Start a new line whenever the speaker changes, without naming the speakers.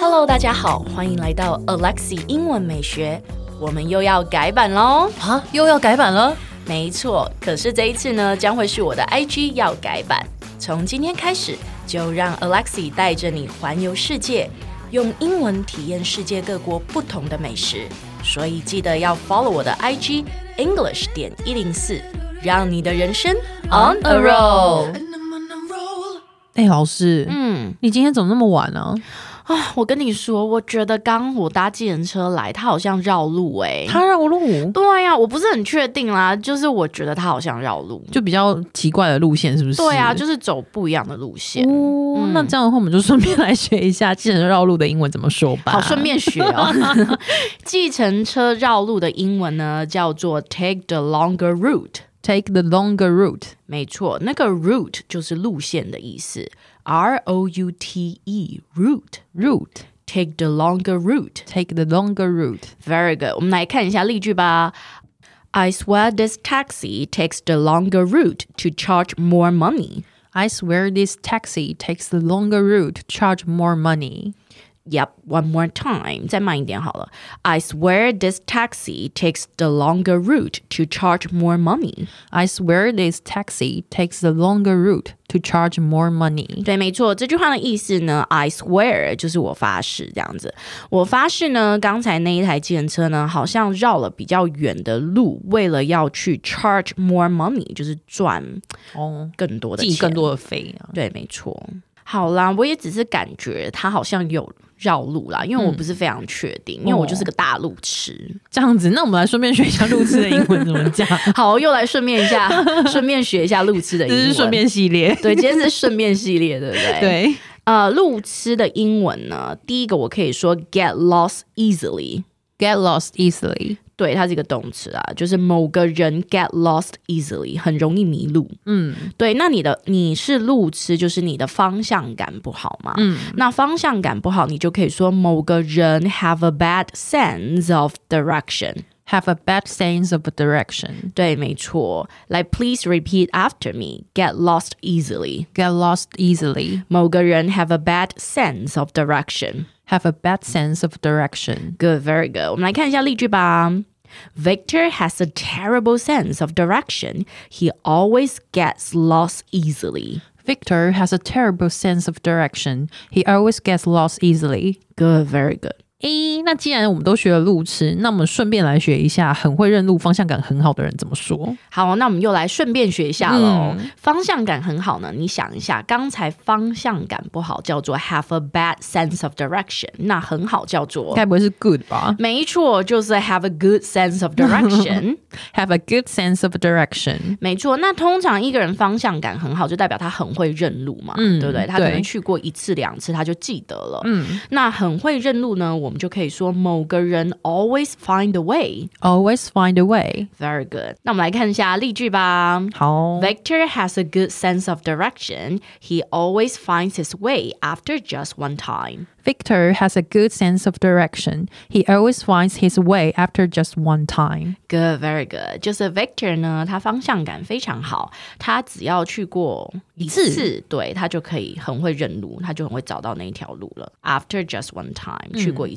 Hello，大家好，欢迎来到 Alexi 英文美学，我们又要改版喽。
啊，又要改版了？
没错，可是这一次呢，将会是我的 IG 要改版。从今天开始，就让 Alexi 带着你环游世界，用英文体验世界各国不同的美食。所以记得要 follow 我的 IG English 点一零四，让你的人生 on a roll。
And I'm on a roll.
哎、老师，
嗯
你今天怎么那么晚呢、
啊，我跟你说，我觉得刚我搭计程车来，他好像绕路哎、
他让我路
对呀、啊我不是很确定啦，就是我觉得他好像绕路。
就比较奇怪的路线，是不是？
对啊，就是走不一样的路线，
哦、
嗯
那这样的话，我们就顺便来学一下计程车绕路的英文怎么说吧。
好顺。便学 哦。计程车绕路的英文呢叫做 take the longer route，
Take the longer route。
没错，那个 route 就是路线的意思，R O U T E route。
Route。
Take the longer route.
Take the longer route。
Very good. 我们来看一下例句吧。I swear this taxi takes the longer route to charge more money.
I swear this taxi takes the longer route to charge more money.
Yep, one more time. 再慢一点好了。I swear this taxi takes the longer route to charge more money.
I swear this taxi takes the longer route to charge more money.
对，没错，这句话的意思呢，I swear 就是我发誓这样子。我发誓呢，刚才那一台计程车呢，好像绕了比较远的路，为了要去 charge more money，就是赚
哦，
更多的
记
钱。
更多的费啊。
对，没错。好啦，我也只是感觉他好像有绕路啦，因为我不
嗯
是非常确定，因为我
哦
就是个大路痴。
这样子，那我们来顺便学一下路痴的英文怎 么讲。
好，又来顺便一 下，顺便学一下路痴的英
这
文。
是顺便系列。
对，今天是顺便系列，对不对？。
对
呃，路痴的英文呢，第一个我可以说 get lost easily，
，get lost easily。
对，它是一个动词啊，就是某个人 get lost easily，很容易迷路。
嗯
对，那你的你是路痴，就是你的方向感不好嘛？
嗯，
那方向感不好，你就可以说某个人 have a bad sense of direction。
，have a bad sense of direction。
对，没错。来，please repeat after me. Get lost easily.
Get lost easily.
某个人 have a bad sense of direction.
Have a bad sense of direction.
Good, very good. 我们来看一下例句吧。Victor has a terrible sense of direction. He always gets lost easily.
Victor has a terrible sense of direction. He always gets lost easily.
Good, very good.
诶，那既然我们都学了路痴，那我们顺便来学一下很会认路、方向感很好的人怎么说。
好，那我们又来顺便学一下喽。方向感很好呢，你想一下，刚才方向感不好叫做 have a bad sense of direction，那很好叫做。
该不会是 good 吧
没错，就是 have a good sense of direction。
？Have a good sense of direction.
没错，那通常一个人方向感很好，就代表他很会认路嘛，
嗯
对不对？他可能
对
去过一次两次，他就记得了。嗯，那很会认路呢，我们就可以说某个人 always find a way。
Always find a way.
Very good。那我们来看一下例句吧。
好
Victor has a good sense of direction. He always finds his way after just one time.
Victor has a good sense of direction. He always finds his way after just one time.
Good, very good. 就是 Victor 呢，他方向感非常好，他只要去过一次，对他就可以很会认路，他就很会找到那一条路了。After just one time，、去过一